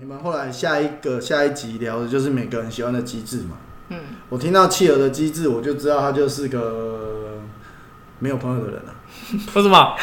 你们后来下一个下一集聊的就是每个人喜欢的机制嘛。嗯，我听到企鹅的机制，我就知道他就是个没有朋友的人了、为什么？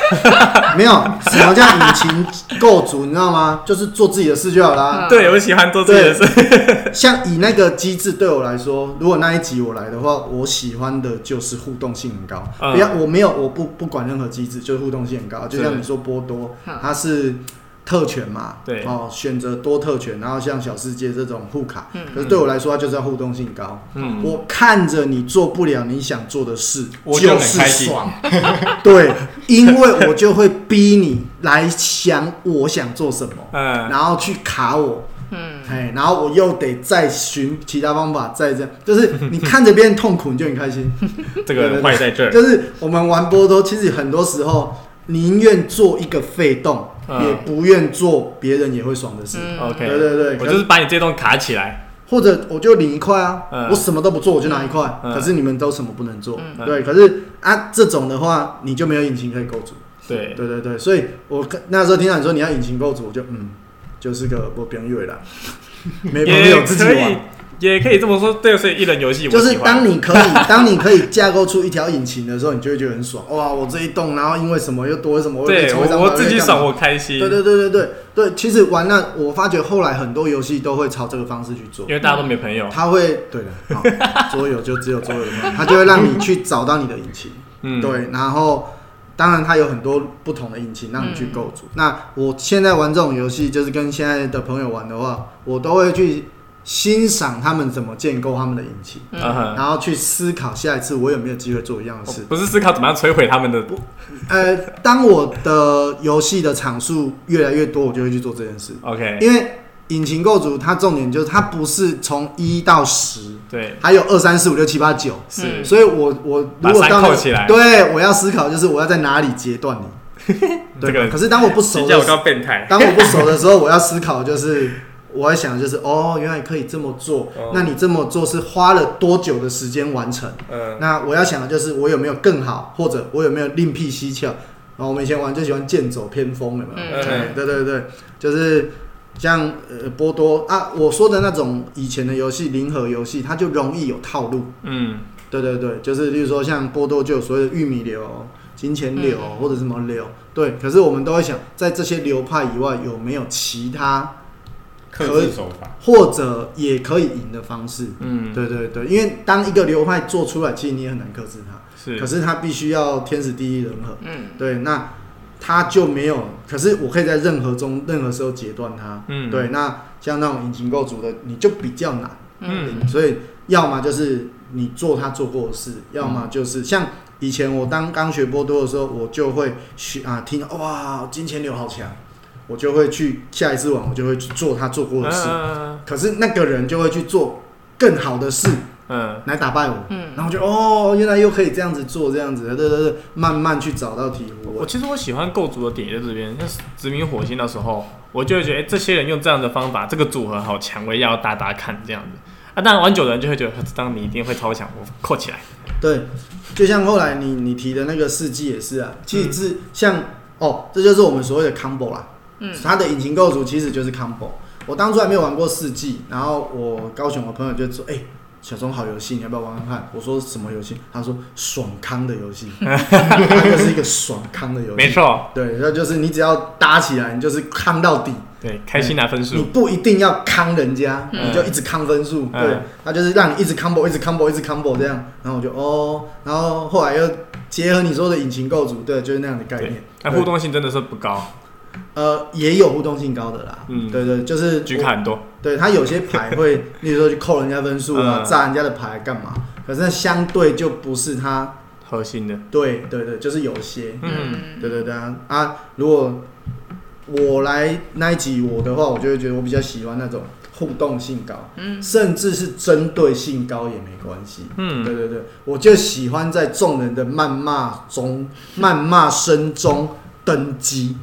没有什么叫引擎构筑，你知道吗？就是做自己的事就好啦。嗯对我喜欢做自己的事，像以那个机制对我来说，如果那一集我来的话，我喜欢的就是互动性很高。嗯不要，我没有，我不不管任何机制，就是互动性很高。就像对你说波多，嗯它是特权嘛，对哦，选择多特权，然后像小世界这种互卡，嗯可是对我来说，它就是要互动性高。嗯，我看着你做不了你想做的事，我就就很是开心爽。 对，因为我就会逼你来想我想做什么，嗯，然后去卡我。嗯，哎，然后我又得再寻其他方法，再这样，就是你看着别人痛苦，你就很开 心。这个坏在这儿，就是我们玩波多，其实很多时候宁愿做一个废洞，嗯也不愿做别人也会爽的事。嗯 OK 对对对，我就是把你这栋卡起来，或者我就领一块啊，嗯我什么都不做，我就拿一块。嗯可是你们都什么不能做？嗯对，可是啊，这种的话你就没有引擎可以构筑。对，对对对，所以我跟那时候听到你说你要引擎构筑，我就嗯，就是个我朋友 啦，没朋也友自己可以玩。，也可以这么说，对，所以一人游戏我就是喜欢当你可以， 当你可以架构出一条引擎的时候，你就会觉得很爽。哇，我这一栋，然后因为什么又多了什么，又被对抽一张我我牌自己又被干嘛爽，我开心，对对对对对对，其实玩那我发觉后来很多游戏都会朝这个方式去做因。为大家都没朋友，他会对的、好桌游就只有桌游的嘛，他就会让你去找到你的引擎，嗯，对，然后当然它有很多不同的引擎让你去构嗯筑。那我现在玩这种游戏，就是跟现在的朋友玩的话，我都会去欣赏他们怎么建构他们的引擎，嗯哦哼，然后去思考下一次我有没有机会做一样的事。不是思考怎么样摧毁他们的，呃，当我的游戏的场数越来越多，我就会去做这件事， OK，因为引擎构筑它重点就是它不是从一到十。对，还有二三四五六七八九，是嗯所以我我把如果山到那扣起来对，我要思考就是我要在哪里截断你。对这个吧，可是当我不熟请叫的我时候，到变态，当我不熟的时候，我要思考就是我要想就是哦，原来可以这么做哦，那你这么做是花了多久的时间完成？嗯，那我要想的就是我有没有更好，或者我有没有另辟蹊跷。然后我们以前玩就喜欢剑走偏锋，有没有？嗯哎对对对，就是像呃波多啊，我说的那种以前的游戏零和游戏，它就容易有套路。嗯，对对对，就是例如说像波多就有所谓的玉米流、金钱流、嗯或者什么流，对。可是我们都会想，在这些流派以外，有没有其他嗯克制手法，或者也可以赢的方式？嗯，对对对，因为当一个流派做出来，其实你也很难克制它，可是是，它必须要天时地利人和。嗯对，那它就没有，可是我可以在任何中任何时候截断它。嗯，对，那像那种引擎构筑的，你就比较难。嗯嗯，所以要么就是你做他做过的事，要么就是像以前我当刚学波多的时候，我就会去啊听哇金钱流好强，我就会去下一次玩我就会去做他做过的事，嗯可是那个人就会去做更好的事嗯，来打败我，嗯然后就哦原来又可以这样子做这样子，对对对，慢慢去找到体我悟。其实我喜欢构筑的点也在这边，像殖民火星的时候，我就会觉得，哎、这些人用这样的方法，这个组合好强，我也要打打看这样子。啊，当然玩久的人就会觉得， 这张你一定会超强，我扣起来。对，就像后来你你提的那个事迹也是啊，其实嗯是像哦，这就是我们所谓的 combo 啦。嗯它的引擎构筑其实就是 combo。我当初还没有玩过四季，然后我高雄的朋友就说：“哎、小钟好游戏，你要不要玩玩看？”我说：“什么游戏？”他说：“爽康的 游戏。”它就是一个爽康的游戏，没。错，对，那就是你只要搭起来，你就是康到底，对，开心拿分你数。不一定要康人家，嗯你就一直康分数。嗯对，他就是让你一直 combo，一直 combo，一直 combo 这样。然后我就哦，然后后来又结合你说的引擎构筑，对，就是那样的概对念，。那对互动性真的是不高，呃，也有互动性高的啦。嗯对对，就是举卡很多。对他有些牌 会，例如说去扣人家分数啊，嗯炸人家的牌干嘛？可是那相对就不是他，核心的，对对对，就是有些，嗯，对对对啊啊！如果我来那一集我的话，我就会觉得我比较喜欢那种互动性高，嗯甚至是针对性高也没关系。嗯对对对，我就喜欢在众人的谩骂中、谩骂声中登基。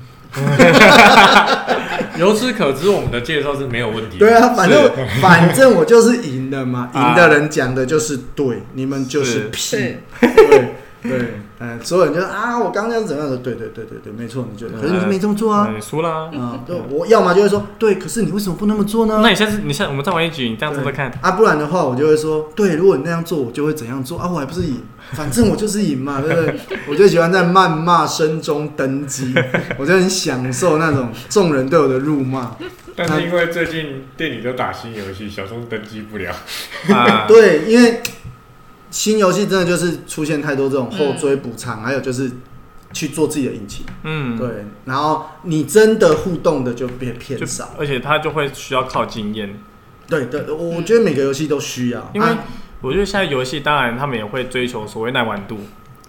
由此可知，我们的介绍是没有问题的。对啊，反正反正我就是赢了嘛，赢的人讲的就是对，你们就是是屁是，，对对，嗯，所有人就说啊，我刚刚那样是怎么样的？对对对对对，没错，你就对可是你没这么做啊那。你哎输啦。啊，就我要么就会说，对，可是你为什么不那么做呢那？你下次，你下我们再玩一局，你这样做做看。啊，不然的话，我就会说，对，如果你那样做，我就会怎样做啊，我还不是赢，反正我就是赢嘛， 对不对？我就喜欢在谩骂声中登基， 我就很享受那种众人对我的辱骂。啊但是因为最近店里都打新游戏，小松登记不了。 啊， 对，因为新游戏真的就是出现太多这种后追补偿，还有就是去做自己的引擎，嗯，对，然后你真的互动的就变偏就少。啊而且他就会需要靠经验，对对，我我觉得每个游戏都需要，因为啊我觉得现在游戏当然他们也会追求所谓耐玩度，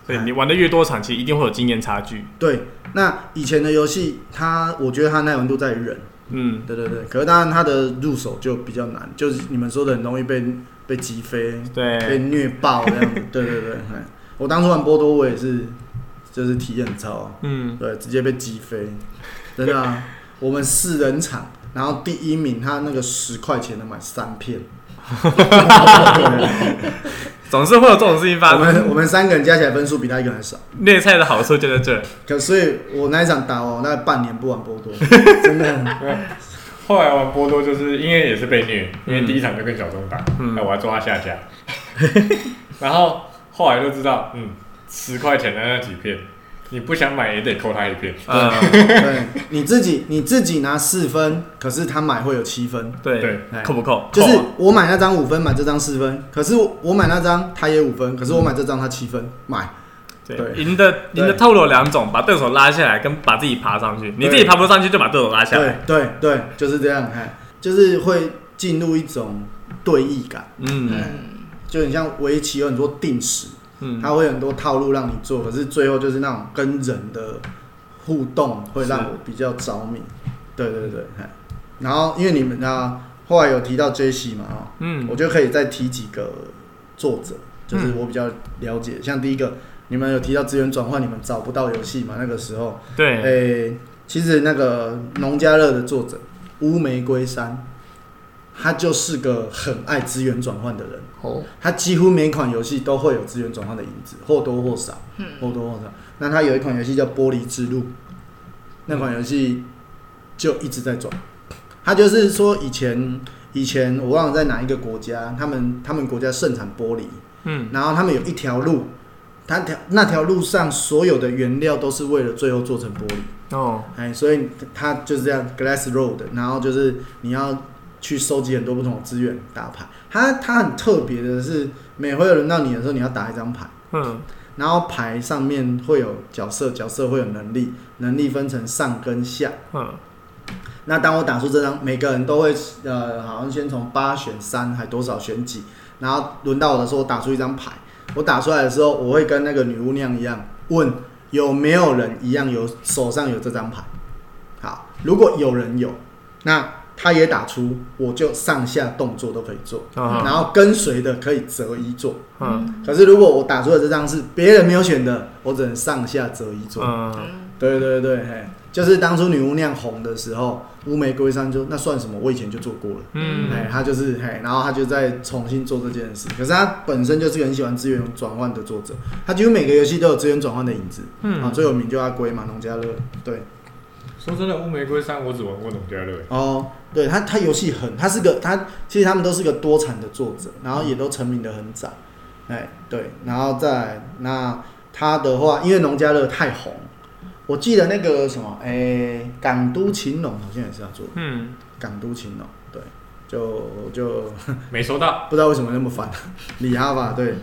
所以啊你玩的越多场，其实一定会有经验差距。对那以前的游戏，它我觉得它耐玩度在于人。嗯，对对对，可是当然它的入手就比较难，就是你们说的很容易被被击飞、被对，虐爆这样子。对对对，哎我当初玩波多，我也是就是体验很糟啊，嗯，对，直接被击飞，真的啊。我们四人场，然后第一名他那个十块钱的买三片，总是会有这种事情发我生。们我们三个人加起来分数比他一个人还少。虐菜的好处就在 这儿，可所以，我那一场打完，我那半年不玩波多，真的。后来玩波多就是因为也是被虐，因为嗯第一场就跟小松打，嗯那我还抓他下家，然后后来就知道，嗯，十块钱的那几片，你不想买也得扣他一片。呃，对，你自己你自己拿四分，可是他买会有七分。对对，哎扣不扣？就是扣啊我买那张五分，买这张四分，可是我我买那张他也五分，可是我买这张他七分，买对，对赢的赢对的套路有两种，把对手拉下来，跟把自己爬上去。你自己爬不上去，就把对手拉下来。对对对，就是这样，哎，就是会进入一种对弈感，嗯嗯，就很像围棋有很多定时，嗯，它会有很多套路让你做，可是最后就是那种跟人的互动会让我比较着迷，对对对，哎，然后因为你们啊后来有提到 J C 嘛，哦，嗯嗯我觉得可以再提几个作者，就是我比较了解，像第一个，你们有提到资源转换，你们找不到游戏嘛？那个时候，诶、对，其实那个农家乐的作者乌玫瑰山，他就是个很爱资源转换的人，哦，他几乎每款游戏都会有资源转换的影子，或多或少，嗯，或多或少。那他有一款游戏叫《玻璃之路》，那款游戏就一直在转。他就是说以前以前我忘了在哪一个国家，他们他们国家盛产玻璃，嗯然后他们有一条路，他条那条路上所有的原料都是为了最后做成玻璃。哦，哎，所以它就是这样 glass road，然后就是你要去收集很多不同的资源打牌。它它很特别的是，每回合轮到你的时候，你要打一张牌，嗯然后牌上面会有角色，角色会有能力，能力分成上跟下。嗯那当我打出这张，每个人都会呃，好像先从八选三还多少选几，然后轮到我的时候，我打出一张牌。我打出来的时候，我会跟那个女巫那样一样，问有没有人一样有手上有这张牌。好，如果有人有，那他也打出，我就上下动作都可以做，嗯然后跟随的可以择一做。嗯可是如果我打出的这张是别人没有选的，我只能上下择一做。嗯，嗯对对对，嘿，就是当初女巫那样红的时候，乌玫瑰山就那算什么？我以前就做过了，嗯哎、他就是嘿，然后他就在重新做这件事。可是他本身就是个很喜欢资源转换的作者，他几乎每个游戏都有资源转换的影子。啊，嗯，最有名就阿龟嘛，农家乐。对，说真的，乌玫瑰山我只玩过农家乐，哦，对他他游戏很，他是个他其实他们都是个多产的作者，然后也都成名的很早。哎，对，然后再来那他的话，因为农家乐太红，我记得那个什么，哎，港都秦龙好像也是他做的，嗯，港都秦龙，对，就就没收到。不知道为什么那么烦，李哈吧，对，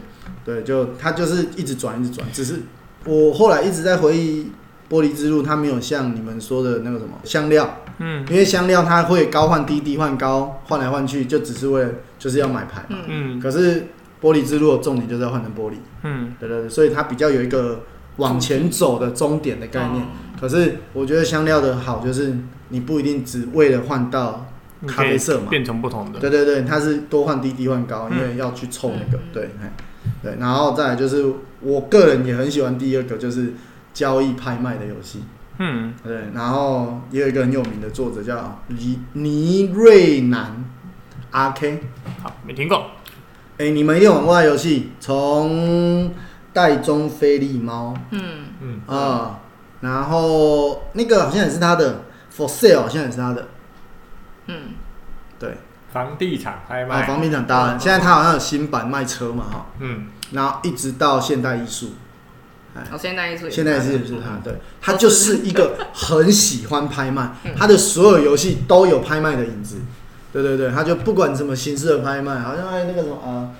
对，就他就是一直转，一直转，只是我后来一直在回忆《玻璃之路》，他没有像你们说的那个什么香料，嗯因为香料它会高换低，低换高，换来换去，就只是为了就是要买牌嘛。嗯嗯可是《玻璃之路》的重点就是要换成玻璃，嗯，对对对，所以它比较有一个往前走的终点的概念。哦可是我觉得香料的好就是你不一定只为了换到你咖可啡以色嘛，变成不同的，对对对，它是多换低低换高，嗯因为要去凑那个，嗯对，嘿对，然后再来就是我个人也很喜欢第二个就是交易拍卖的游戏，嗯对，然后也有一个很有名的作者叫尼尼瑞南 R K，好，没听过，哎、你们一定有玩过他的游戏，从袋中菲力猫嗯，嗯，啊、然后那个好像也是他的 for sale，好像也是他的，嗯，对，房地产拍啊，卖，房地产达人，现在他好像有新版卖车嘛哈，嗯，然后一直到现代艺术，我现在一组，现在是是他，对他就是一个很喜欢拍卖嗯，他的所有游戏都有拍卖的影子。对对对，他就不管什么形式的拍卖，好像还有那个什么啊、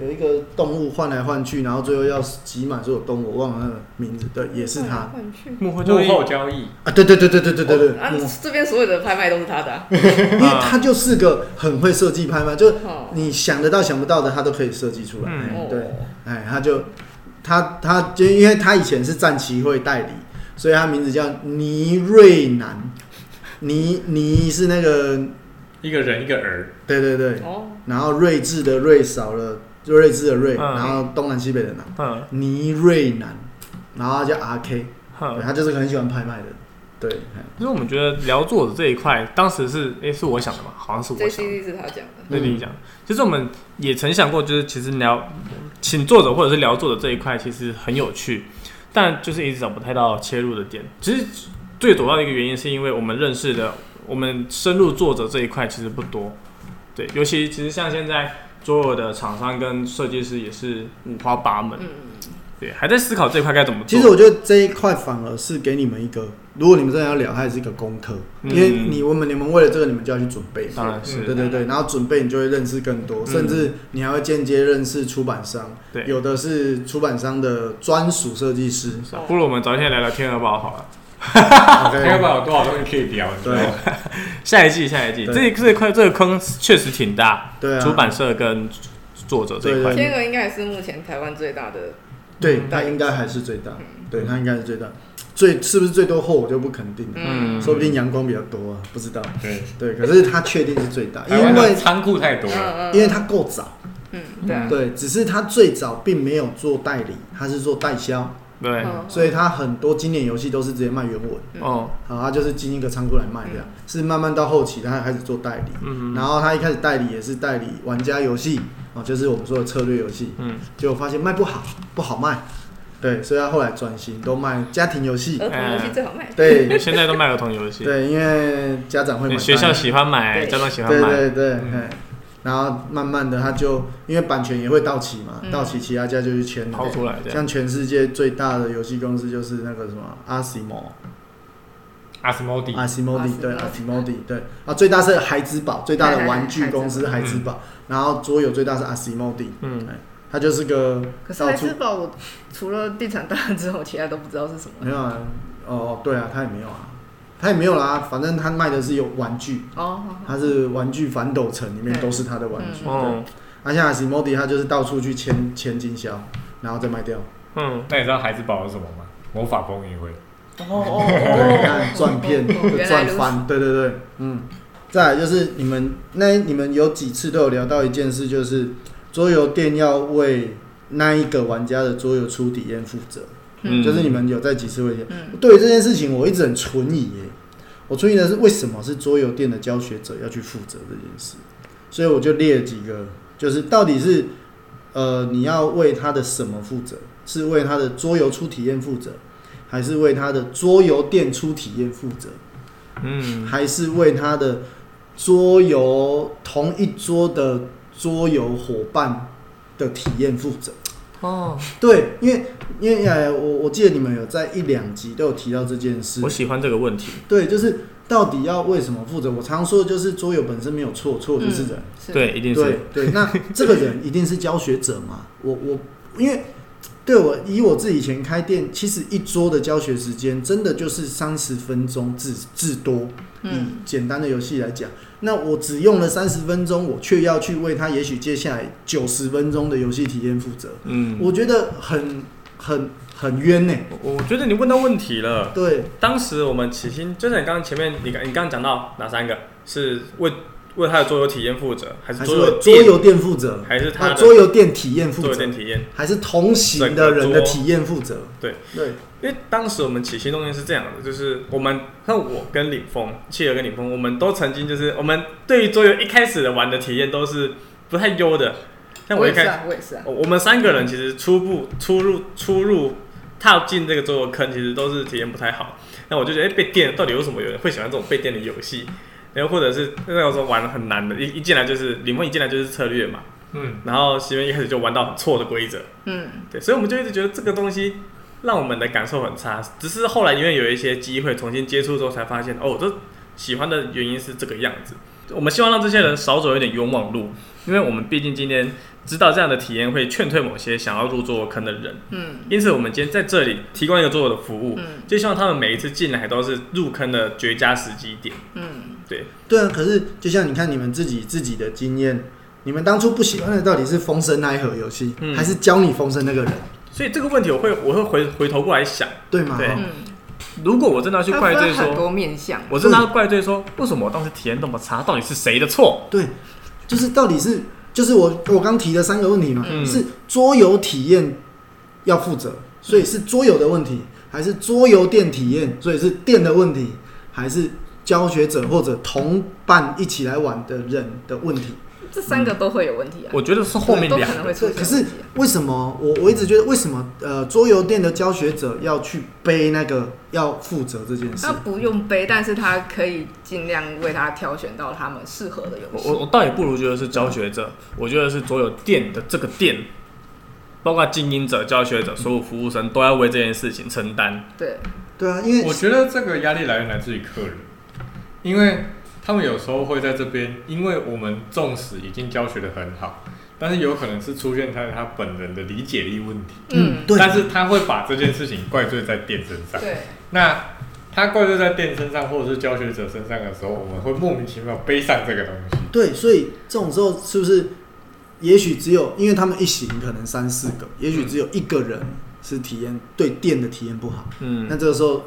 有一个动物换来换去，然后最后要集满所有动物，我忘了那个名字。对，呃也是他换来换去幕后就幕一后交易，啊，对对对对对对对对，嗯啊，这边所有的拍卖都是他的啊、因为他就是个很会设计拍卖，就是哦你想得到想不到的，他都可以设计出来。嗯哎对，哦哎，他就他他就因为他以前是战旗会代理，所以他名字叫倪瑞南。倪倪是那个一个人一个儿，对对对，哦，然后睿智的睿少了睿智的睿，嗯然后东南西北的南，嗯倪瑞南，然后他叫 R K，对哼，他就是个很喜欢拍卖的，对，哎就是我们觉得聊作者这一块，当时是诶、是我想的嘛，好像是我这想的。 CD 是他讲的，那你讲，其实我们也曾想过，就是其实聊请作者或者是聊作者这一块，其实很有趣，但就是一直找不太到切入的点。其实最主要的一个原因，是因为我们认识的，我们深入作者这一块其实不多。对，尤其其实像现在所有的厂商跟设计师也是五花八门，嗯，对，还在思考这一块该怎么做。其实我觉得这一块反而是给你们一个，如果你们真的要聊，它也是一个功课，嗯因为你我们你们为了这个，你们就要去准备。当然是、嗯对对对，然后准备你就会认识更多，嗯甚至你还会间接认识出版商，对，有的是出版商的专属设计师。是啊不如我们早一天来聊天鹅堡好了。啊天鹅 OK，堡有多少东西可以聊？你知道对吗？下一季，下一季，对这这一块这个坑确实挺大，对啊，出版社跟作者这一块对。天鹅应该也是目前台湾最大的，对嗯他应该还是最大，对他应该是最大，最是不是最多货我就不肯定了，嗯说不定阳光比较多啊，不知道。对，对，可是他确定是最大，因台湾的为仓库太多了，嗯因为他够早，嗯，对啊，对，只是他最早并没有做代理，他是做代销。对，嗯所以他很多经典游戏都是直接卖原文，哦，好，他就是进一个仓库来卖这样，是慢慢到后期他开始做代理，嗯，然后他一开始代理也是代理玩家游戏哦，就是我们说的策略游戏，嗯，结果发现卖不好，不好卖，对，所以他后来转型都卖家庭游戏，儿童游戏最好卖，对现在都卖儿童游戏，对，因为家长会买对单，学校喜欢买，对家长喜欢对买，对对，嗯哎然后慢慢的他就因为版权也会到期嘛，嗯到期其他家就去签了抛，出来这样。像全世界最大的游戏公司就是那个什么阿西莫。阿斯莫迪，阿西莫迪对， Asmodee 阿西莫迪对啊，最大是孩之宝，最大的玩具公司海孩之宝，然后桌游最大是阿西莫迪，嗯，它就是个可是到海处之宝，我除了地产大亨之后，其他都不知道是什么。没有啊，哦对啊，它也没有啊，它也没有啦，反正它卖的是有玩具，哦，好好它是玩具反斗城里面都是它的玩具，啊对，哦，嗯而且阿西莫迪它就是到处去签签经销，然后再卖掉，嗯，那你知道孩子堡是什么吗？魔法风云会，哦哦 对，哦看赚片原来赚如此。翻，对对对，嗯。再来就是你们那你们有几次都有聊到一件事，就是桌游店要为那一个玩家的桌游初体验负责，嗯就是你们有在几次会见。嗯对于这件事情，我一直很存疑耶。我存疑的是为什么是桌游店的教学者要去负责这件事，所以我就列了几个，就是到底是呃你要为他的什么负责？是为他的桌游初体验负责，还是为他的桌游店初体验负责？嗯，还是为他的桌游同一桌的桌游伙伴的体验负责。哦，对，因为因为呃，我我记得你们有在一两集都有提到这件事我。喜欢这个问题。对，就是到底要为什么负责？我常说的就是桌游本身没有错，错就是人。是，对，嗯一定对是，对，那这个人一定是教学者嘛？我我因为对我以我自己以前开店，其实一桌的教学时间真的就是三十分钟至至多。以嗯，简单的游戏来讲，那我只用了三十分钟，我却要去为他也许接下来九十分钟的游戏体验负责，嗯，我觉得很很很冤呢、我我觉得你问到问题了。对，当时我们起薪，就是你刚刚前面你刚你刚刚讲到哪三个是为为他的桌游体验负责，还是还桌是游为桌店游店负责，还是他啊，的桌游店体验负桌游责店，体验？还是同行的人的体验负责？整个对，因为当时我们起心动念是这样的，就是我们像我跟李峰、契儿跟李峰，我们都曾经就是我们对于桌游一开始的玩的体验都是不太优的，像我我一也是开，啊，我也是啊。我我们三个人其实初步出入出入踏进这个桌游坑，其实都是体验不太好。那我就觉得，哎、被电到底为什么有人会喜欢这种被电的游戏？然后或者是那个时候玩得很难的，一一进来就是李梦一进来就是策略嘛，嗯，然后西门一开始就玩到很错的规则，嗯，对，所以我们就一直觉得这个东西让我们的感受很差。只是后来因为有一些机会重新接触之后，才发现哦，这喜欢的原因是这个样子。我们希望让这些人少走一点冤枉路，因为我们毕竟今天知道这样的体验会劝退某些想要入座坑的人。嗯，因此我们今天在这里提供一个座的服务，嗯就希望他们每一次进来都是入坑的绝佳时机点。嗯，对，对啊，可是就像你看你们自己自己的经验，你们当初不喜欢的到底是风声那一盒游戏，嗯还是教你风声那个人，所以这个问题我会我会回回头过来想，对吗？对哦嗯，如果我真的要去它怪罪分说很，多面向。我真的要怪罪说，为什么我当时体验那么差？到底是谁的错？对，就是到底是就是我我刚提的三个问题嘛，嗯是桌游体验要负责，所以是桌游的问题，还是桌游店体验，所以是店的问题，还是教学者或者同伴一起来玩的人的问题？这三个都会有问题啊，我觉得是后面都两可能个。会出对，可现问是题啊。为什么我我一直觉得为什么呃桌游店的教学者要去背那个要负责这件事他？不用背，但是他可以尽量为他挑选到他们适合的游我戏。我我倒也不如觉得是教学者，我觉得是所有店的这个店，包括经营者、教学者、所有服务生都要为这件事情承担。对，对啊，因为我觉得这个压力来源来自于客人，因为他们有时候会在这边，因为我们纵使已经教学的很好，但是有可能是出现在他本人的理解力问题，嗯嗯，对，但是他会把这件事情怪罪在店身上。对，那他怪罪在店身上或者是教学者身上的时候，我们会莫名其妙背上这个东西。对，所以这种时候是不是，也许只有因为他们一行可能三四个，也许只有一个人是体验对店的体验不好，那嗯，这个时候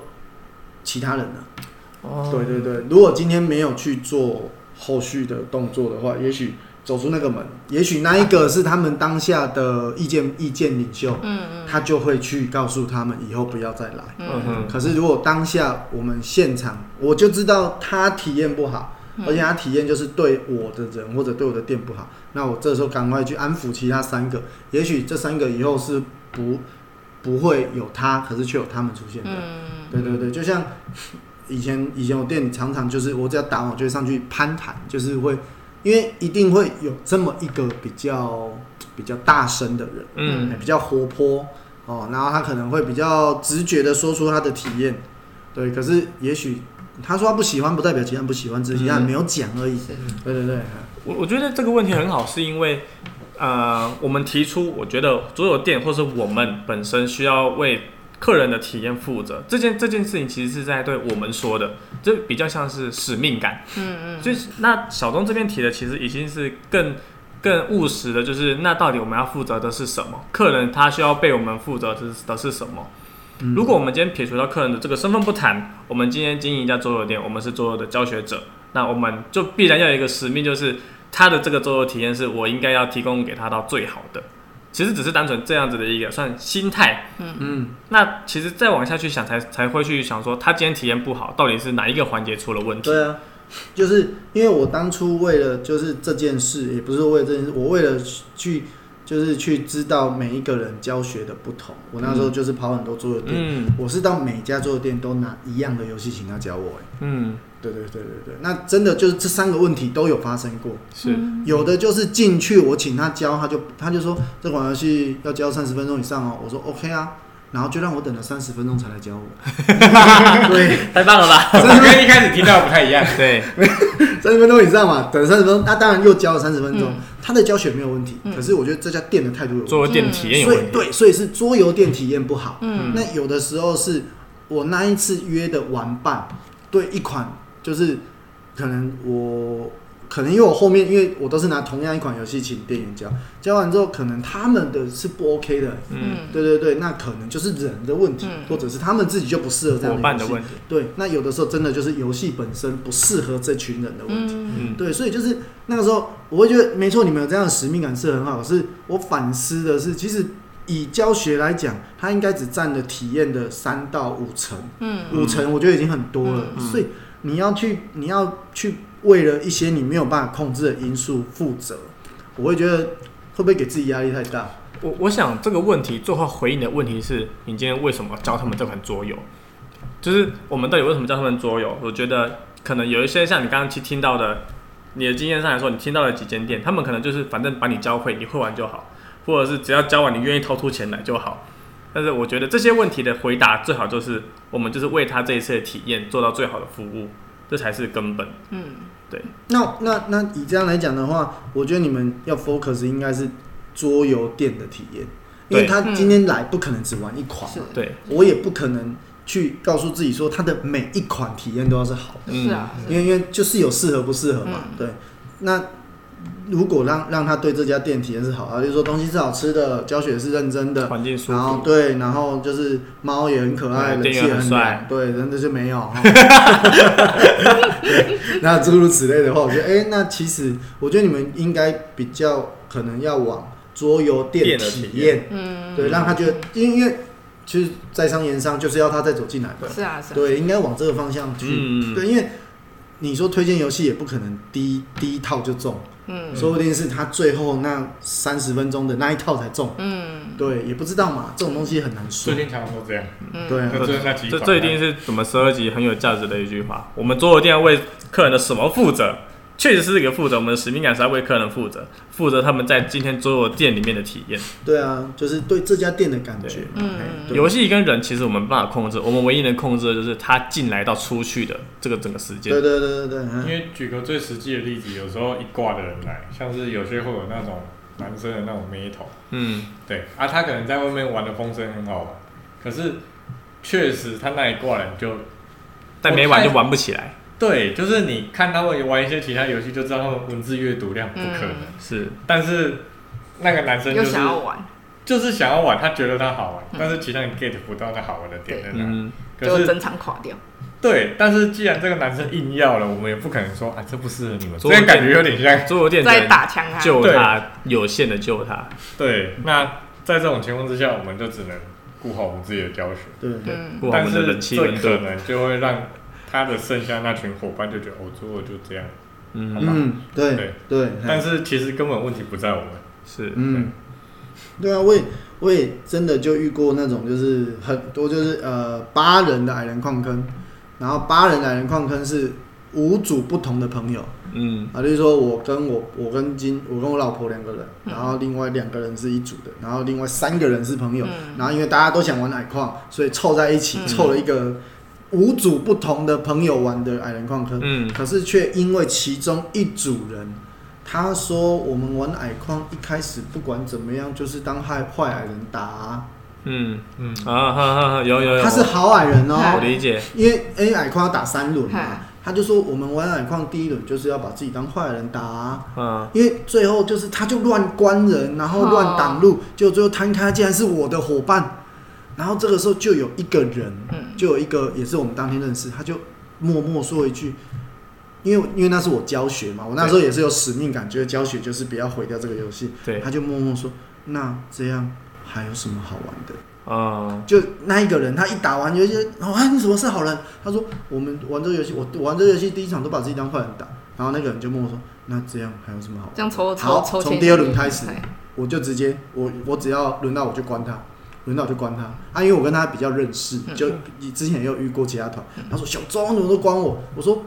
其他人呢？哦对对对，如果今天没有去做后续的动作的话，也许走出那个门，也许那一个是他们当下的意见意见领袖，嗯嗯他就会去告诉他们以后不要再来。嗯嗯哼，可是如果当下我们现场，我就知道他体验不好，嗯而且他体验就是对我的人或者对我的店不好，那我这时候赶快去安抚其他三个，也许这三个以后是不不会有他，可是却有他们出现的。嗯，对对对，就像以前以前我店里常常就是我只要打我就会上去攀谈，就是会因为一定会有这么一个比较比较大声的人。嗯哎比较活泼哦，然后他可能会比较直觉的说出他的体验，对。可是也许他说他不喜欢，不代表其他人不喜欢，只是其他人嗯没有讲而已。是对对对，我我觉得这个问题很好，是因为呃，我们提出，我觉得所有店或是我们本身需要为客人的体验负责，这件这件事情其实是在对我们说的，这比较像是使命感。嗯嗯，所以那小东这边提的其实已经是更更务实的，就是那到底我们要负责的是什么？客人他需要被我们负责的是的是什么？嗯如果我们今天撇除掉客人的这个身份不谈，我们今天经营一家桌游店，我们是桌游的教学者，那我们就必然要有一个使命，就是他的这个桌游体验是我应该要提供给他到最好的。其实只是单纯这样子的一个算心态，嗯，那其实再往下去想才才会去想说，他今天体验不好，到底是哪一个环节出了问题？对啊，就是因为我当初为了就是这件事，也不是为了这件事，我为了去就是去知道每一个人教学的不同，我那时候就是跑很多桌游店，嗯我是到每家桌游店都拿一样的游戏请他教我、哎嗯，对对对对对，那真的就是这三个问题都有发生过。是。有的就是进去我请他教，他就他就说这款游戏要教三十分钟以上哦，我说 OK 啊，然后就让我等了三十分钟才来 教我。对，太棒了吧？这跟一开始听到不太一样。 对，三十分钟以上嘛，等三十分钟，那当然又教了三十分钟，嗯他的教学没有问题，嗯可是我觉得这家店的态度有问做店体题，嗯验有所以问题。对，所以是桌游店体验不好。嗯那有的时候是我那一次约的玩伴对一款，就是可能我可能因为我后面因为我都是拿同样一款游戏请店员教，教完之后可能他们的是不 OK 的，嗯，对对对，那可能就是人的问题，嗯或者是他们自己就不适合这伙样伴的游的戏。问题。对，那有的时候真的就是游戏本身不适合这群人的问题。嗯嗯，对，所以就是那个时候，我会觉得没错，你们有这样的使命感是很好。可是我反思的是，其实以教学来讲，它应该只占了体验的三到五成，嗯五成我觉得已经很多了。嗯所以你要去，你要去为了一些你没有办法控制的因素负责，我会觉得会不会给自己压力太大？我我想这个问题最后回应的问题是你今天为什么教他们这款桌游？就是我们到底为什么教他们桌游？我觉得可能有一些像你刚刚去听到的，你的经验上来说，你听到了几间店，他们可能就是反正把你教会，你会玩就好，或者是只要教完你愿意掏出钱来就好。但是我觉得这些问题的回答最好就是我们就是为他这一次的体验做到最好的服务，这才是根本。嗯，那那那以这样来讲的话，我觉得你们要 focus 应该是桌游店的体验，因为对他嗯今天来不可能只玩一款是嘛，对，我也不可能去告诉自己说他的每一款体验都要是好的，嗯是啊，是因为因为就是有适合不适合嘛，嗯对。那如果让让他对这家店体验是好，啊，就是说东西是好吃的，教学是认真的，环境舒然后服，对，然后就是猫也很可爱，人嗯店气员也很很帅凉，对，人的就没 有。哈对那诸如此类的话，我觉得，哎、那其实我觉得你们应该比较可能要往桌游店店的体体验，嗯，对，让他觉得，因为因为其实在商言商就是要他再走进来嘛，是啊，是啊，对，应该往这个方向去，嗯，对，因为你说推荐游戏也不可能第一第一套就中，嗯说不定是他最后那三十分钟的那一套才中。嗯对，也不知道嘛，这种东西很难说最。近常常都这样，嗯，对啊，就最后那几这款这一定是我们十二集很有价值的一句话。我们桌游店要为客人的什么负责？确实是一个负责，我们的使命感是要为客人负责，负责他们在今天桌游店里面的体验。对啊，就是对这家店的感觉。嗯哎嗯对游戏跟人其实我们没办法控制，我们唯一能控制的就是他进来到出去的这个整个时对间。对对对对，因嗯为举个最实际的例子，有时候一挂的人来，像是有些会有那种男生的那种妹头，嗯，对啊，他可能在外面玩的风声很好玩，可是确实他那一挂人就但没玩就玩不起来。对，就是你看他们玩一些其他游戏，就知道他们文字阅读量不可能，是，但是那个男生嗯就又是想要玩，就是想要玩，他觉得他好玩，嗯但是其他人 get 不到他好玩的点在哪。嗯，可就是整场垮掉，对，但是既然这个男生硬要了，我们也不可能说啊，这不适合你们，这做一样点感觉有点像桌游店只再能打枪啊，救他，有限的救他。对，那在这种情况之下，我们就只能顾好我们自己的教学，对，嗯顾好我但们的是人气温这度可。能就会让他的剩下那群伙伴就觉得哦，做就这样。好嗯，吧嗯，对对对，但是是其实根本问题不在我们，是，嗯，对啊，我也我也真的就遇过那种，就是很多就是呃八人的矮人矿坑，然后八人的矮人矿坑是五组不同的朋友嗯，啊，就是说我跟我我跟金我跟我老婆两个人，嗯然后另外两个人是一组的，然后另外三个人是朋友，嗯然后因为大家都想玩矮矿，所以凑在一起嗯凑了一个五组不同的朋友玩的矮人矿坑。嗯，可是却因为其中一组人，他说我们玩矮矿一开始不管怎么样就是当害坏矮人打、啊，嗯，嗯，啊，哈哈，哈有有有，他是好矮人我哦，理解。因为因为矮矿要打三轮嘛嗨，他就说我们玩矮矿第一轮就是要把自己当坏矮人打、啊。嗯，因为最后就是他就乱关人，然后乱挡路，就最后摊开竟然是我的伙伴，然后这个时候就有一个人，嗯就有一个也是我们当天认识，他就默默说一句，因为因为那是我教学嘛，我那时候也是有使命感，觉得教学就是不要毁掉这个游戏，对，他就默默说，那这样还有什么好玩的？嗯，就那一个人，他一打完游戏，然后啊你怎么是好人？他说我们玩这个游戏，我我玩这个游戏第一场都把自己当坏人打，然后那个人就默默说，那这样还有什么好玩的这样抽抽好抽从签第二轮开始对我就直接我我只要轮到我就关他，轮到我就关他啊，因为我跟他比较认识，嗯就你之前也有遇过其他团，他说小周你怎么都关我，我说。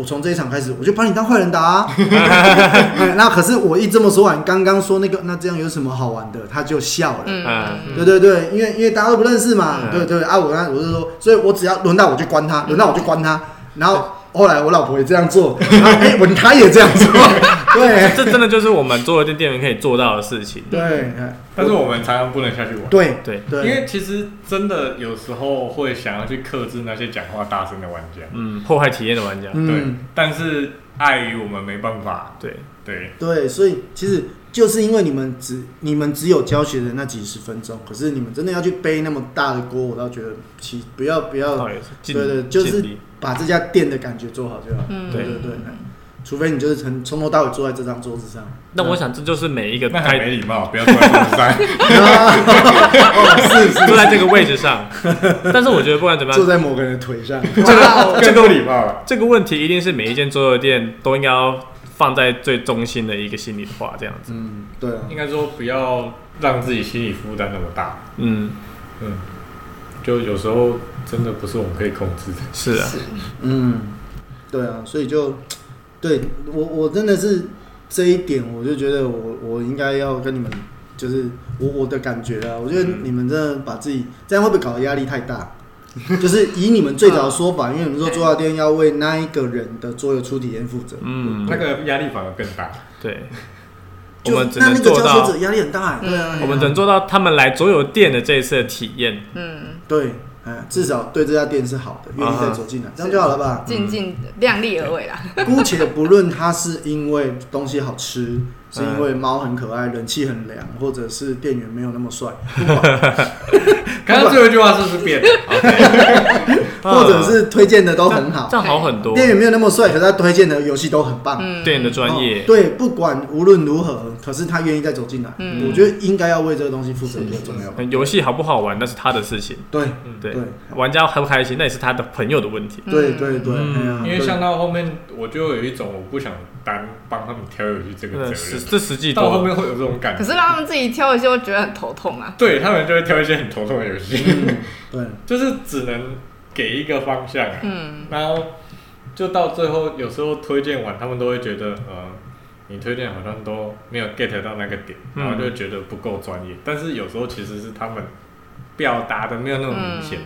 我从这一场开始，我就把你当坏人打、啊 哎那可是我一这么说完，刚刚说那个，那这样有什么好玩的？他就笑了。嗯，对对对，因为因为大家都不认识嘛，嗯对对啊，我刚我是说，所以我只要轮到我就关他，轮到我就关他，然后后来我老婆也这样做，然后哎，我他也这样做， 对这真的就是我们做一店店员可以做到的事情。对，哎但是我们常常不能下去玩，对对，对，因为其实真的有时候会想要去克制那些讲话大声的玩家，嗯，破坏体验的玩家，对嗯，，但是碍于我们没办法，对，对，对，所以其实就是因为你们只你们只有教学的那几十分钟，可是你们真的要去背那么大的锅，我倒觉得其不要不要倒也是嗯尽对对就是尽力把这家店的感觉做好就好，嗯对对对，除非你就是从从头到尾坐在这张桌子上，那我想这就是每一个那很开没礼貌，不要坐在桌上。 是坐在这个位 置 上，但是我觉得不管怎么坐样，在某个人的腿上，这个 更够礼貌了。这个问题一定是每一间桌游店都应该要放在最中心的一个心里话，这样子。嗯，对啊，应该说不要让自己心理负担那么大。嗯，嗯，就有时候真的不是我们可以控制的。是啊，嗯，对啊，所以就对我我真的是这一点，我就觉得我我应该要跟你们，就是我我的感觉啊，我觉得你们真的把自己这样会不会搞得压力太大？ 就是以你们最早的说法，因为你们说桌药店要为那一个人的桌游初体验负责，嗯，那个压力反而更大。对，我就们只那能那个做教学到者，压力很大、欸，对啊，嗯我们只能做到他们来所有店的这一次的体验。嗯，对，哎，至少对这家店是好的，愿意再走进来，这样就好了吧？静静量力而为啦。姑且不论它是因为东西好吃，是因为猫很可爱、人气很凉，或者是店员没有那么帅，不管 刚刚最后一句话是不是变 了？或者是推荐的都很好啊这，样好很多，店员没有那么帅，可是他推荐的游戏都很棒。嗯，店的专哦业，对，不管无论如何，可是他愿意再走进来，嗯我觉得应该要为这个东西负责比较重要吧。游戏好不好玩那是他的事情，对嗯对对，玩家开不开心那也是他的朋友的问题。对对对，嗯哎呀因为像对到后面，我就有一种我不想担帮他们挑游戏这个嗯，责实任，这实际到后多了，面会有这种感可觉。是让他们自己挑一些，我觉得很头痛啊。对他们就会挑一些很头痛的游戏，嗯对，就是只能给一个方向啊。嗯，然后就到最后，有时候推荐完，他们都会觉得，呃，你推荐好像都没有 get 到那个点，嗯然后就会觉得不够专业。但是有时候其实是他们表达的没有那嗯么明显。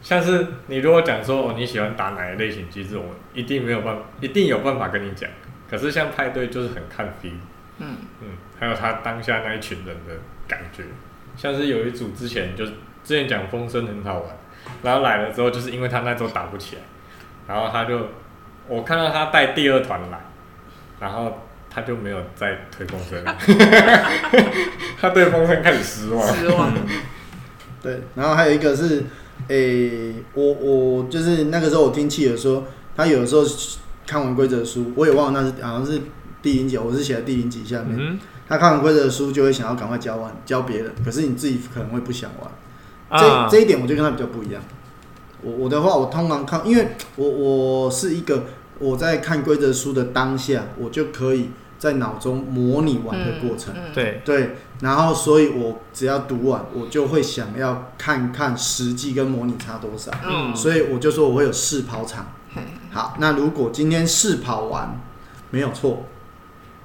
像是你如果讲说哦你喜欢打哪一类型机制，我一定没有办法，一定有办法跟你讲。可是像派对就是很看 feel，嗯嗯，还有他当下那一群人的感觉，像是有一组之前就是之前讲风声很好玩，然后来了之后就是因为他那周打不起来，然后他就我看到他带第二团来，然后他就没有再推风声 了，他对风声开始失 望，失望。对，然后还有一个是，诶、我我就是那个时候我听契尔说，他有的时候看完规则书，我也忘了那是好像是第零节，我是写在第零集下面。嗯他看完规则书就会想要赶快教完教别人，可是你自己可能会不想玩。啊这，这一点我就跟他比较不一样。我我的话，我通常看，因为我我是一个我在看规则书的当下，我就可以在脑中模拟玩的过程。嗯，对，对，然后所以我只要读完，我就会想要看看实际跟模拟差多少，嗯，所以我就说我会有试跑场。嘿好，那如果今天试跑完没有错，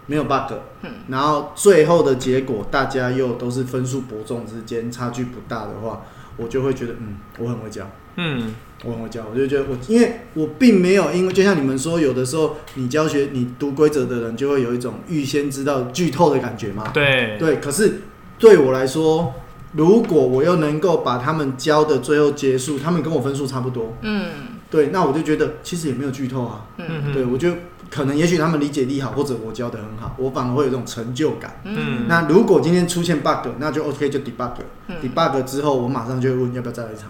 没有 bug，嗯然后最后的结果大家又都是分数伯仲之间差距不大的话，我就会觉得嗯，我很会教。嗯，我很会教，我就觉得我，因为我并没有，因为就像你们说，有的时候你教学，你读规则的人就会有一种预先知道剧透的感觉嘛。对，对，可是对我来说，如果我又能够把他们教的最后结束，他们跟我分数差不多，嗯对，那我就觉得其实也没有剧透啊。嗯嗯对，我就可能也许他们理解力好，或者我教的很好，我反而会有一种成就感。嗯嗯，那如果今天出现 bug，那就 OK，就 debug。嗯， debug 之后，我马上就会问要不要再来一场。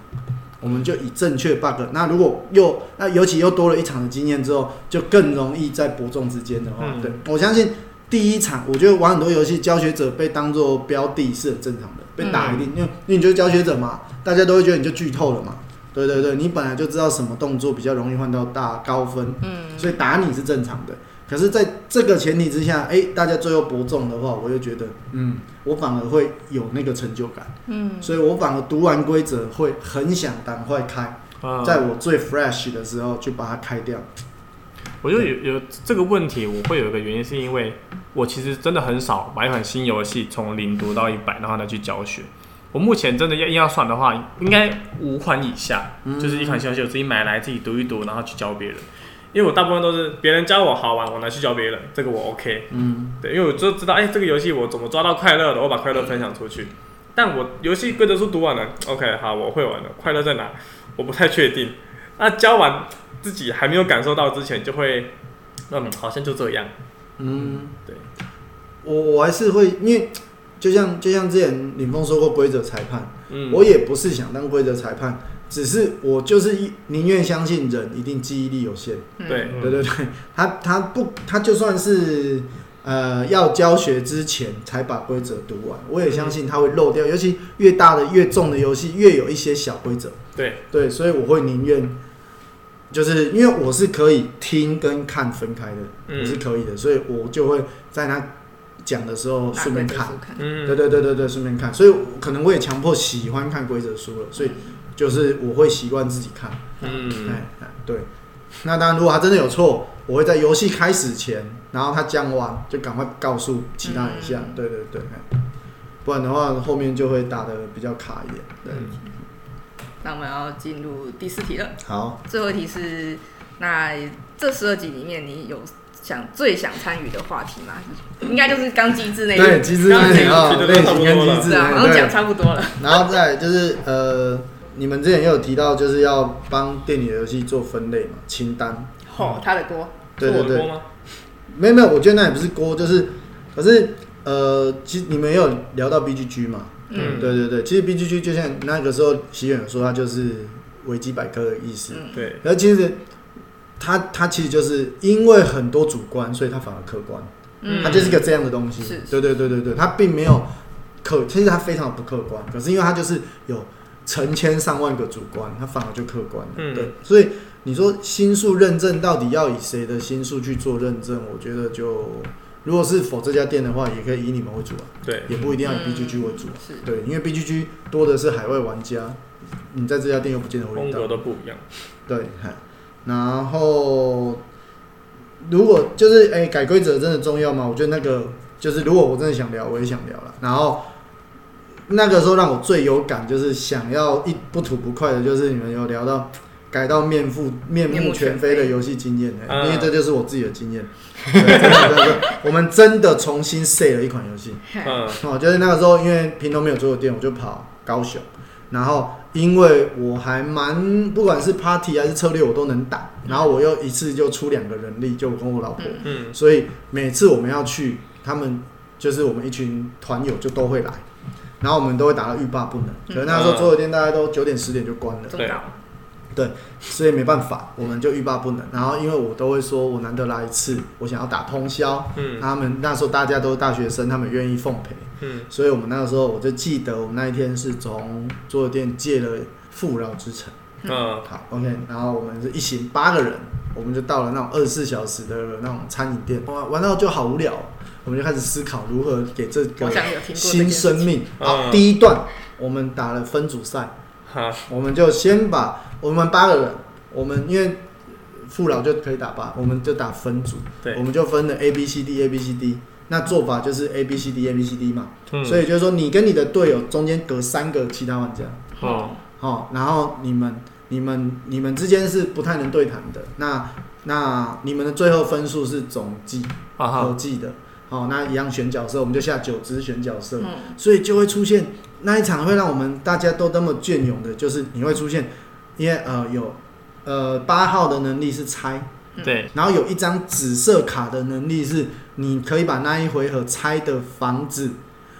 我们就以正确 bug，那如果又那尤其又多了一场的经验之后，就更容易在伯仲之间的话，嗯对我相信第一场，我觉得玩很多游戏，教学者被当做标的是很正常嗯的，被打一定，因为因为你就是教学者嘛，大家都会觉得你就剧透了嘛，对对对，你本来就知道什么动作比较容易换到大高分，嗯所以打你是正常的。可是，在这个前提之下，哎、大家最后伯仲的话，我就觉得，嗯，我反而会有那个成就感。嗯，所以我反而读完规则会很想赶快开，啊在我最 fresh 的时候就把它开掉。我觉得有有这个问题，我会有一个原因，是因为我其实真的很少把一款新游戏从零读到一百，然后再去教学。我目前真的要硬要算的话，应该五款以下，就是一款新游戏我自己买来自己读一读，然后去教别人。因为我大部分都是别人教我好玩，我拿去教别人，这个我 OK。嗯，对，因为我就知道，哎、这个游戏我怎么抓到快乐的，我把快乐分享出去。但我游戏规则书读完了，OK，好，我会玩了，快乐在哪？我不太确定。那教完自己还没有感受到之前，就会，嗯，好像就这样。嗯，对，我我还是会，因为就像就像之前林峰说过规则裁判，嗯，我也不是想当规则裁判，只是我就是一宁愿相信人一定记忆力有限。嗯对，对对对， 他他不他就算是呃要教学之前才把规则读完，我也相嗯信他会漏掉，尤其越大的越重的游戏越有一些小规则。对对，所以我会宁愿就是因为我是可以听跟看分开的，我是嗯可以的，所以我就会在他讲的时候拿顺便规则看书。看，嗯对对对对对，顺便看，所以我可能我也强迫喜欢看规则书了，所以就是我会习惯自己看。嗯，哎，哎对。那当然，如果他真的有错，我会在游戏开始前，然后他讲完就赶快告诉其他人一下。嗯对对对，哎不然的话后面就会打的比较卡一点。对，嗯那我们要进入第四题了。好，最后一题是，那这十二集里面，你有想最想参与的话题吗？应该就是刚机制那一对，机制刚刚类型啊，提的都类差不型多跟了机制，是啊，好哎像讲对。差不多了。然后再来就是呃，你们之前也有提到，就是要帮电影游戏做分类嘛，清单。吼，他的锅，对对是我的对锅，吗？没有没有，我觉得那也不是锅，就是可是呃，其实你们也有聊到 BGG 嘛，嗯对对对，其实 BGG 就像那个时候席远有说，它就是维基百科的意思。嗯，对，然后其实它它其实就是因为很多主观，所以它反而客观，嗯，它就是个这样的东西。是对对对对对，它并没有客，其实它非常不客观。可是因为它就是有成千上万个主观，它反而就客观了。嗯对，所以你说心数认证到底要以谁的心数去做认证？我觉得就如果是否这家店的话，也可以以你们为主啊，对，也不一定要以嗯 BGG 为主啊。是对，因为 BGG 多的是海外玩家，你在这家店又不见得会风遇格到。都不一样。对，嗨然后如果就是哎、改规则真的重要吗？我觉得那个就是如果我真的想聊，我也想聊了。然后那个时候让我最有感就是想要一不吐不快的，就是你们有聊到。改到面目面面目目全全非非的游戏经验、哎嗯因为这就是我自己的经验。对真的真的我们真的重新 set 了一款游戏，嘿嗯哦，就是那个时候，因为屏东没有桌游店，我就跑高雄。然后因为我还蛮不管是 party 还是策略，我都能打。然后我又一次就出两个人力，就我跟我老婆，嗯嗯所以每次我们要去，他们就是我们一群团友就都会来，然后我们都会打到欲罢不能。可能那时候嗯桌游店大概都九点十点就关了，嗯中岛，所以没办法，我们就欲罢不能。然后因为我都会说，我难得来一次，我想要打通宵。嗯他们那时候大家都是大学生，他们愿意奉陪。嗯所以我们那个时候我就记得，我们那一天是从桌游店借了《富饶之城嗯》，好，OK，然后我们是一行八个人，我们就到了那种二十四小时的那种餐饮店，玩玩到就好无聊哦，我们就开始思考如何给这我个想有听过这件新事生情，命。好，嗯第一段我们打了分组赛，哈，我们就先把我们八个人，我们因为父老就可以打八，我们就打分组，对我们就分了 A B C D A B C D，那做法就是 A B C D A B C D 嘛，嗯所以就是说你跟你的队友中间隔三个其他玩家，哦，哦，然后你们你们你们之间是不太能对谈的，那那你们的最后分数是总计啊合哈，计的，好、那一样选角色，我们就下九只选角色，嗯，所以就会出现那一场会让我们大家都那么隽永的，就是你会出现，因为呃有呃八号的能力是猜，对，然后有一张紫色卡的能力是你可以把那一回合猜的房子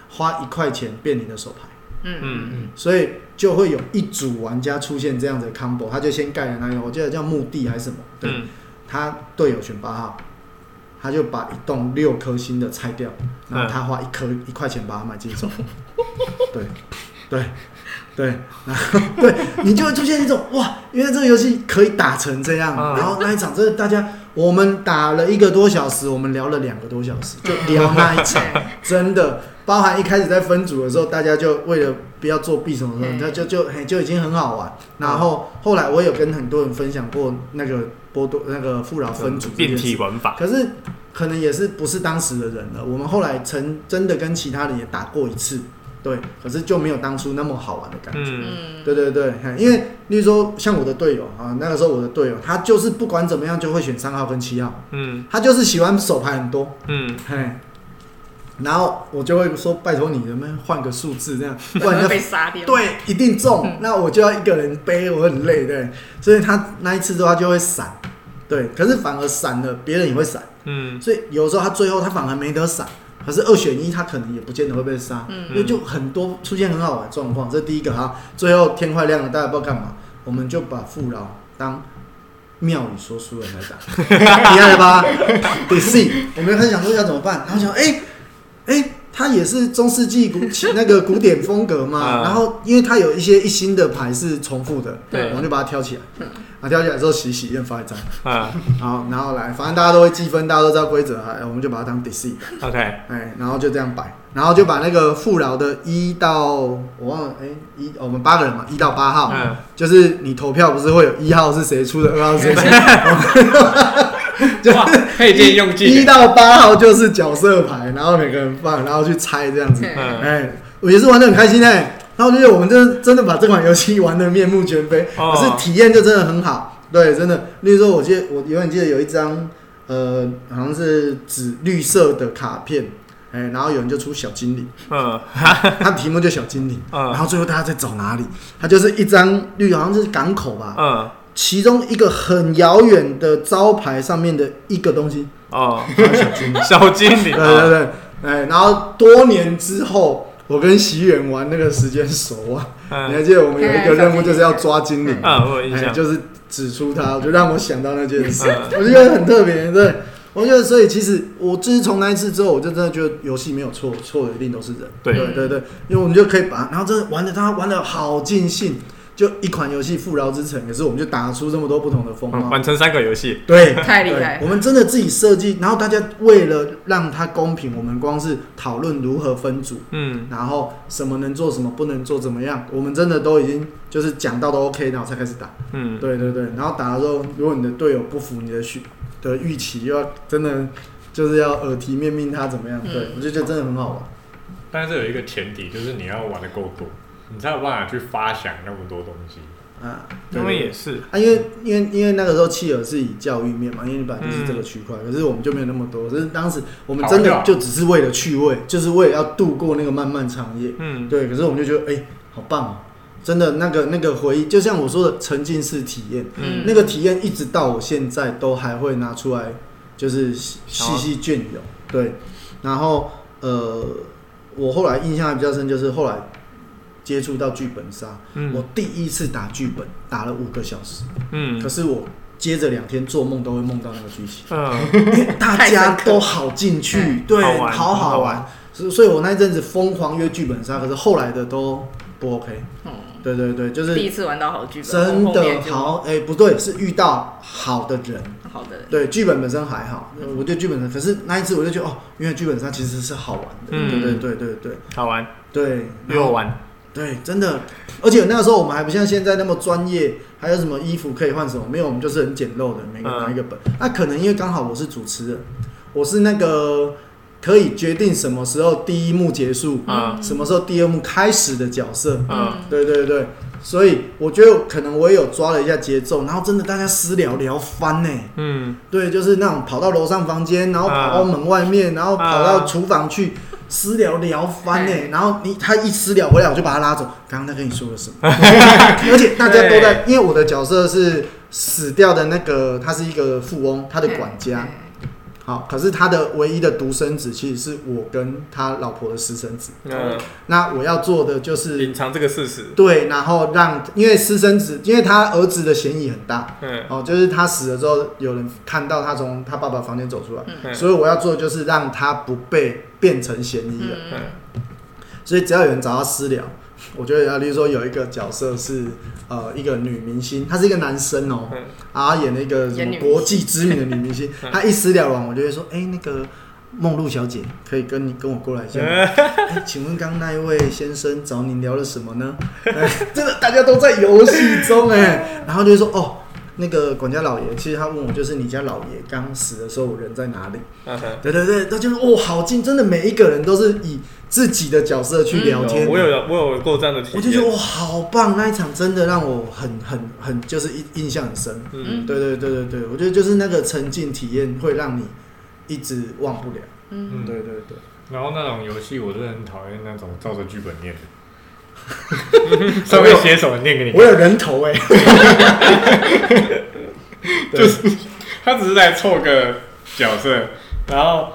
花一块钱变你的手牌，嗯嗯所以就会有一组玩家出现这样的 combo，他就先盖了那个，我记得叫墓地还是什么，对，嗯他队友选八号，他就把一栋六颗星的拆掉，然后他花一颗一块钱把它买进手。 对，对，对，然后 对你就会出现一种哇，原来这个游戏可以打成这样。嗯然后那一场真的大家，我们打了一个多小时，我们聊了两个多小时，就聊那一场，对真的。包含一开始在分组的时候，大家就为了不要作弊什么的，嗯那就就嘿就已经很好玩。然后后来我有跟很多人分享过那个波多那个富饶分组这变件事体玩法，可是可能也是不是当时的人了。我们后来曾真的跟其他人也打过一次，对，可是就没有当初那么好玩的感觉。嗯嗯，对对对，嘿因为例如说像我的队友啊，那个时候我的队友他就是不管怎么样就会选三号跟七号，嗯他就是喜欢手牌很多，嗯，嘿。然后我就会说：“拜托你，能不能换个数字这样， 不然会就被杀掉，对，一定中嗯。那我就要一个人背，我很累，对。所以他那一次的话就会闪，对。可是反而闪了，别人也会闪，嗯所以有时候他最后他反而没得闪，可是二选一他可能也不见得会被杀，嗯因为就很多出现很好玩的状况。这第一个哈，最后天快亮了，大家不知道干嘛，我们就把富饶当。庙宇说书人来 打，厉害了吧？得 C，我们很想说要怎么办，然后想，哎、哎、它也是中世纪古起那个古典风格嘛。嗯然后因为它有一些一星的牌是重复的，对嗯我们就把它挑起来。啊，挑起来之后洗洗验发一张， 啊好，然后来，反正大家都会积分，大家都知道规则，哎，我们就把它当 DC， ，OK，哎，然后就这样摆，然后就把那个富饶的一到我忘了，哎，一我们八个人嘛，一到八号，嗯，就是你投票不是会有一号是谁出的，二号是谁出的，哇，配件用一尽了，到八号就是角色牌，然后每个人放，然后去猜这样子。嗯哎，我也是玩的很开心哎、然后我觉得我们真的真的把这款游戏玩的面目全非，哦可是体验就真的很好。对，真的。例如说，我记得我永远记得有一张呃，好像是紫绿色的卡片，哎、然后有人就出小精 灵，嗯他的题目就小精灵，然嗯后最后大家在找哪里？他就是一张绿，好像是港口吧，嗯，其中一个很遥远的招牌上面的一个东西，哦，小精灵。小精灵，对对对，哎，然后多年之后，我跟席远玩那个时间熟啊，你还嗯记得我们有一个任务就是要抓精灵，嗯，我有印哎，象，就是指出它，就让我想到那件事，嗯我就觉得很特别，对。我觉得，所以其实我自从那一次之后，我就真的觉得游戏没有错，错的一定都是人。对对嗯对对，因为我们就可以把，然后真的玩的他玩的好尽兴，就一款游戏《富饶之城》，可是我们就打出这么多不同的风貌嗯，完成三个游戏，对，太厉害对我们真的自己设计，然后大家为了让它公平，我们光是讨论如何分组，嗯然后什么能做，什么不能做，怎么样，我们真的都已经就是讲到都 OK，然后才开始打。嗯，对对对，然后打的时候，如果你的队友不服你的需的预期，又要真的就是要耳提面命他怎么样。嗯对我就觉得真的很好玩。但是有一个前提，就是你要玩的够多，你才有办法去发想那么多东西。啊，对他们对也是，啊，因为因为因为那个时候契尔是以教育面嘛，因为你本来就是嗯这个区块，可是我们就没有那么多，就是当时我们真好的玩就就只是为了趣味，就是为了要度过那个漫漫长夜。嗯对，可是我们就觉得哎、好棒哦、真的那个那个回忆，就像我说的沉浸式体验，嗯那个体验一直到我现在都还会拿出来，就是细想要细细隽永。对，然后呃，我后来印象比较深就是后来接触到剧本杀，我嗯第一次打剧本打了五个小时。嗯，可是我接着两天做梦都会梦到那个剧情 嗯， 因为大太深家刻都好进去嗯，对，哎好玩好好好玩玩。所所以，我那一阵子疯狂约剧本杀，可是后来的都不 OK。嗯，对对对，就第是一次玩到好剧本，真后面的就好，哎、不对，是遇到好的人。好的人，对，剧本本身还好，我对剧本的，可是那一次我就觉得哦，原来剧本杀其实是好玩的。嗯对对对对对好玩，对，约我玩，对，真的，而且那个时候我们还不像现在那么专业，还有什么衣服可以换什么？没有，我们就是很简陋的，每个嗯拿一个本。那、可能因为刚好我是主持人，我是那个可以决定什么时候第一幕结束，嗯什么时候第二幕开始的角色。嗯对对对，所以我觉得可能我也有抓了一下节奏，然后真的大家私聊聊翻欸呢、嗯对，就是那种跑到楼上房间，然后跑啊到门外面，然后跑啊哎到厨房去私聊聊翻呢、嗯然后你他一私聊回来，我就把他拉走。刚刚他跟你说了 什么？而且大家都哎在，因为我的角色是死掉的那个，他是一个富翁，他的管哎家。好，可是他的唯一的独生子其实是我跟他老婆的私生子。嗯，那我要做的就是隐藏这个事实，对，然后让因为私生子，因为他儿子的嫌疑很大，嗯哦，就是他死了之后，有人看到他从他爸爸房间走出来，嗯所以我要做的就是让他不被变成嫌疑人。嗯，所以只要有人找他私聊，我觉得啊，例如说有一个角色是呃一个女明星，他是一个男生哦、嗯啊演了一个什演女么明星国际知名的女明星嗯，他一私聊完，我就会说，哎、那个。梦露小姐，可以跟你跟我过来一下吗？嗯哎请问刚那一位先生找你聊了什么呢？ 哎真的，大家都在游戏中哎、然后就说哦，那个管家老爷，其实他问我就是你家老爷刚死的时候，我人在哪里？嗯哼对对对，他就是哦，好近，真的每一个人都是以自己的角色去聊天。有嗯哦我有我有过这样的体验，我就觉得哇，好棒！那一场真的让我很很很，就是印印象很深。嗯对对对对对，我觉得就是那个沉浸体验会让你一直忘不了。嗯，嗯对对对，然后那种游戏，我真的很讨厌那种照着剧本念的， 上面写什么念给你看我有人头哎、就是他只是来凑个角色，然后，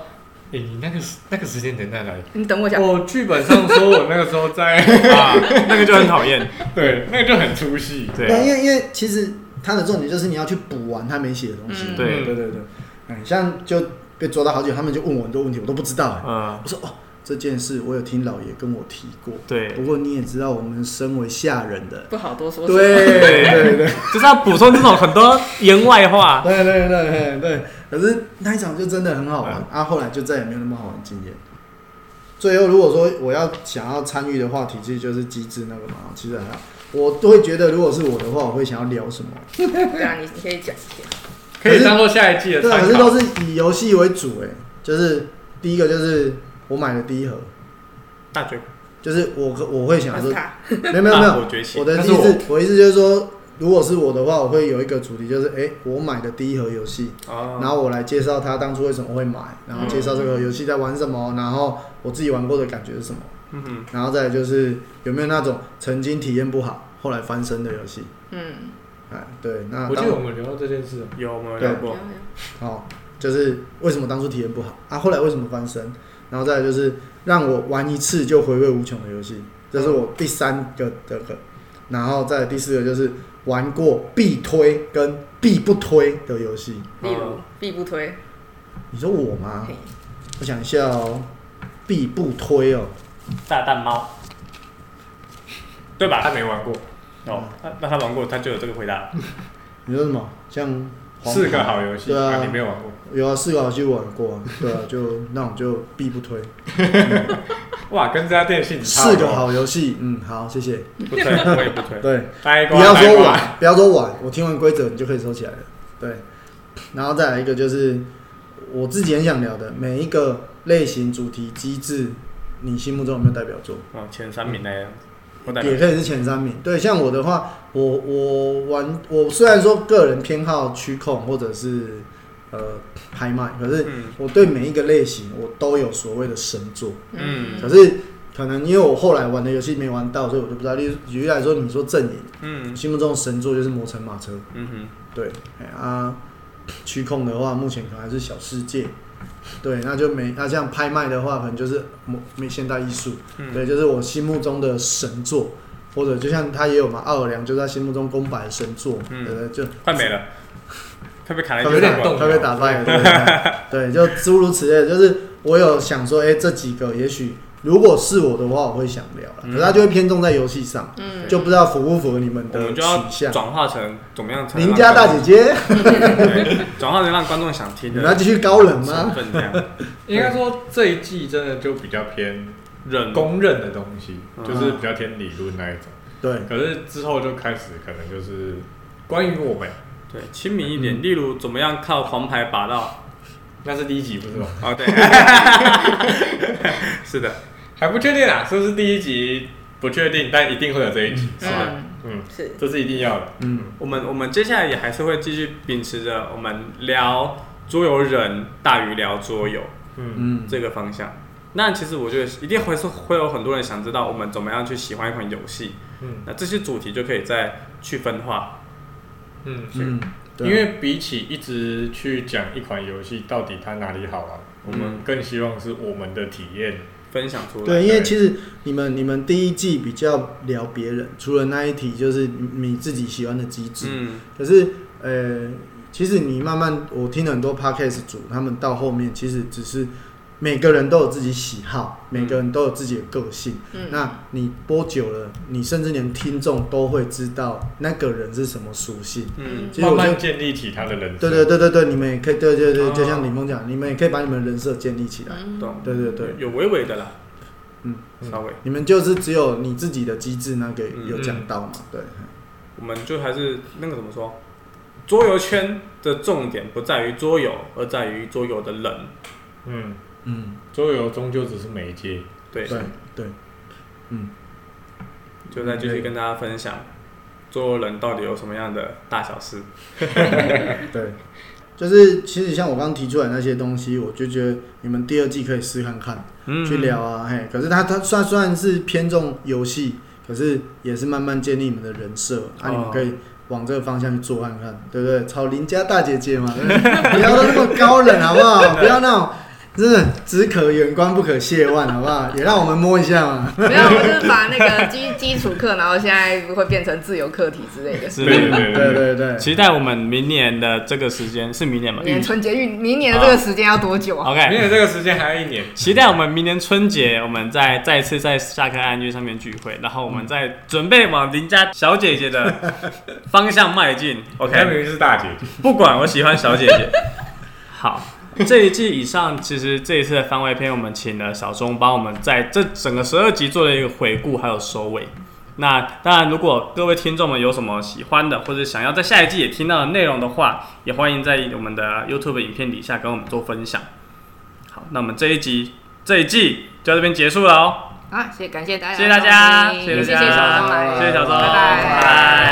诶、你那个时那个时间点在哪里？你等我讲，我剧本上说我那个时候嗯在，啊，那个就很讨厌， 对，那个就很出戏，对，对，因为因为其实它的重点就是你要去补完他没写的东西。嗯对对对对，嗯，像就被抓到好久，他们就问我很多问题，我都不知道哎、嗯我说哦，这件事，我有听老爷跟我提过。对，不过你也知道，我们身为下人的，不好多 说对什么。对对对就是要补充这种很多言 外话。对对对对。可是那一场就真的很好玩，啊，后来就再也没有那么好玩的经验。最后，如果说我要想要参与的话题，其实就是机制那个嘛，其实很好。我都会觉得，如果是我的话，我会想要聊什么？对啊，你你可以讲一下。可以当做下一季的对啊，可参是考。都是以游戏为主、欸，就是第一个就是我买的第一盒，大嘴就是我可我会想 还说是，他没有没有没有大，火崛我起，的意但思是我，我意思就是说，如果是我的话，我会有一个主题，就是哎、诶我买的第一盒游戏，然啊哦，后我来介绍它当初为什么会买，然后介绍这个游戏在玩什么，然后我自己玩过的感觉是什么，嗯哼，然后再来就是有没有那种曾经体验不好后来翻身的游戏，嗯，哎，对，那我记当得我们聊到这件事，有我们有聊有有过，哦，就是为什么当初体验不好啊，后来为什么翻身，然后再来就是让我玩一次就回味无穷的游戏，这是我第三个这个，然后再来第四个就是玩过必推跟必不推的游戏。例如必不推，你说我吗嘿？我想一下哦，必不推哦，炸弹猫，对吧？他没玩过，哦，那那他玩过，他就有这个回答。你说什么？像黄是个牌好游戏，对啊你没有玩过，有啊，四个好戏我玩过啊，对啊，就那我就必不 推。哇，跟这家店性质差哦四不多个，好游戏，嗯，好，谢谢。不推，我也不推。对，呆瓜，不要呆说瓜，晚，不要说晚，我听完规则你就可以收起来了。对，然后再来一个就是我自己很想聊的，每一个类型、主题、机制，你心目中有没有代表作？哦，前三名那样，我代表也可以是前三名。对，像我的话，我我玩我虽然说个人偏好区控或者是呃拍卖，可是嗯我对每一个类型我都有所谓的神作。嗯可是可能因为我后来玩的游戏没玩到，所以我就不知道。例如举例来说，你说阵营，嗯心目中的神作就是《魔城马车》。嗯哼，对，哎啊，区控的话，目前可能还是小世界。对，那就没那这样拍卖的话，可能就是某没现代艺术。嗯对，就是我心目中的神作，或者就像他也有嘛，奥尔良就是他心目中公版神作，嗯对不对？就快没了，快被卡在他地被有打点上动摇他被打败了，对不对？ 对，就诸如此类的，就是我有想说，哎、这几个也许如果是我的话，我会想聊啦，可是他就会偏重在游戏上，嗯，就不知道符不符合你们嗯我的们取就要向。转化成怎么样才能邻让家大观姐姐，众对转化成让观众想听你们要的继续高冷吗成？分这样，应该说这一季真的就比较偏忍公认的东西，嗯就是比较偏理论那一种。对，可是之后就开始可能就是关于我们，对亲民一嗯点，例如怎么样靠黄牌拔到那是第一集不是嗯吗？哦，对， 是的，还不确定啊，是不是第一集不确定，但一定会有这一集，是吧？嗯嗯，是这是一定要的。嗯，我们我们接下来也还是会继续秉持着我们聊桌游人大于聊桌游，嗯，嗯，这个方向。那其实我觉得一定会是会有很多人想知道我们怎么样去喜欢一款游戏，嗯那这些主题就可以再去分化。嗯嗯，对因为比起一直去讲一款游戏到底它哪里好玩，嗯我们更希望是我们的体验。分享出来。对，因为其实你们你们第一季比较聊别人，除了那一题就是你你自己喜欢的机制，嗯，可是呃，其实你慢慢我听了很多 podcast 主，他们到后面其实只是每个人都有自己喜好，每个人都有自己的个性。嗯那你播久了，你甚至连听众都会知道那个人是什么属性。嗯其实慢我觉慢得。建立起他的人生。对对对对对，你们也可以，对对对，哦就像李梦讲，你们也可以把你们的人设建立起来。嗯懂，对对对，有微微的啦，嗯，稍微，你们就是只有你自己的机制那个嗯有讲到嘛？对，我们就还是那个怎么说，桌游圈的重点不在于桌游，而在于桌游的人。嗯，嗯，桌游终究只是媒介。嗯对，对对，就再继续跟大家分享桌游人到底有什么样的大小事。对，就是其实像我刚刚提出来那些东西，我就觉得你们第二季可以试看看，嗯去聊啊，嘿。可是它它虽然虽然是偏重游戏，可是也是慢慢建立你们的人设啊，你哦们可以。往这个方向去做 看看，对不对？吵邻家大姐姐嘛，对不对不要都那么高冷好不好？不要那种真的只可远观不可亵玩，好不好？也让我们摸一下嘛。没有，我就是把 那个基基础课，然后现在会变成自由课题之类的。之对类对的。对对对对，对对，期待我们明年的这个时间是明年嘛？明预年春节运，明年的这个时间要多久啊？明 OK，年这个时间还要一年，期待我们明年春节，我们再再次在下课安居上面聚会，然后我们再准备往邻家小姐姐的方向迈进。那 OK，明明是大姐姐，不管我喜欢小姐姐。 好，这一季以上，其实这一次的番外篇，我们请了小钟帮我们在这整个十二集做了一个回顾，还有收尾。那当然，如果各位听众们有什么喜欢的，或者想要在下一季也听到的内容的话，也欢迎在我们的 YouTube 影片底下跟我们做分享。好，那我们这一集这一季就到这边结束了哦，啊，谢感谢大家谢谢收听，大家谢也谢谢大小家张来，谢谢小钟，拜拜拜拜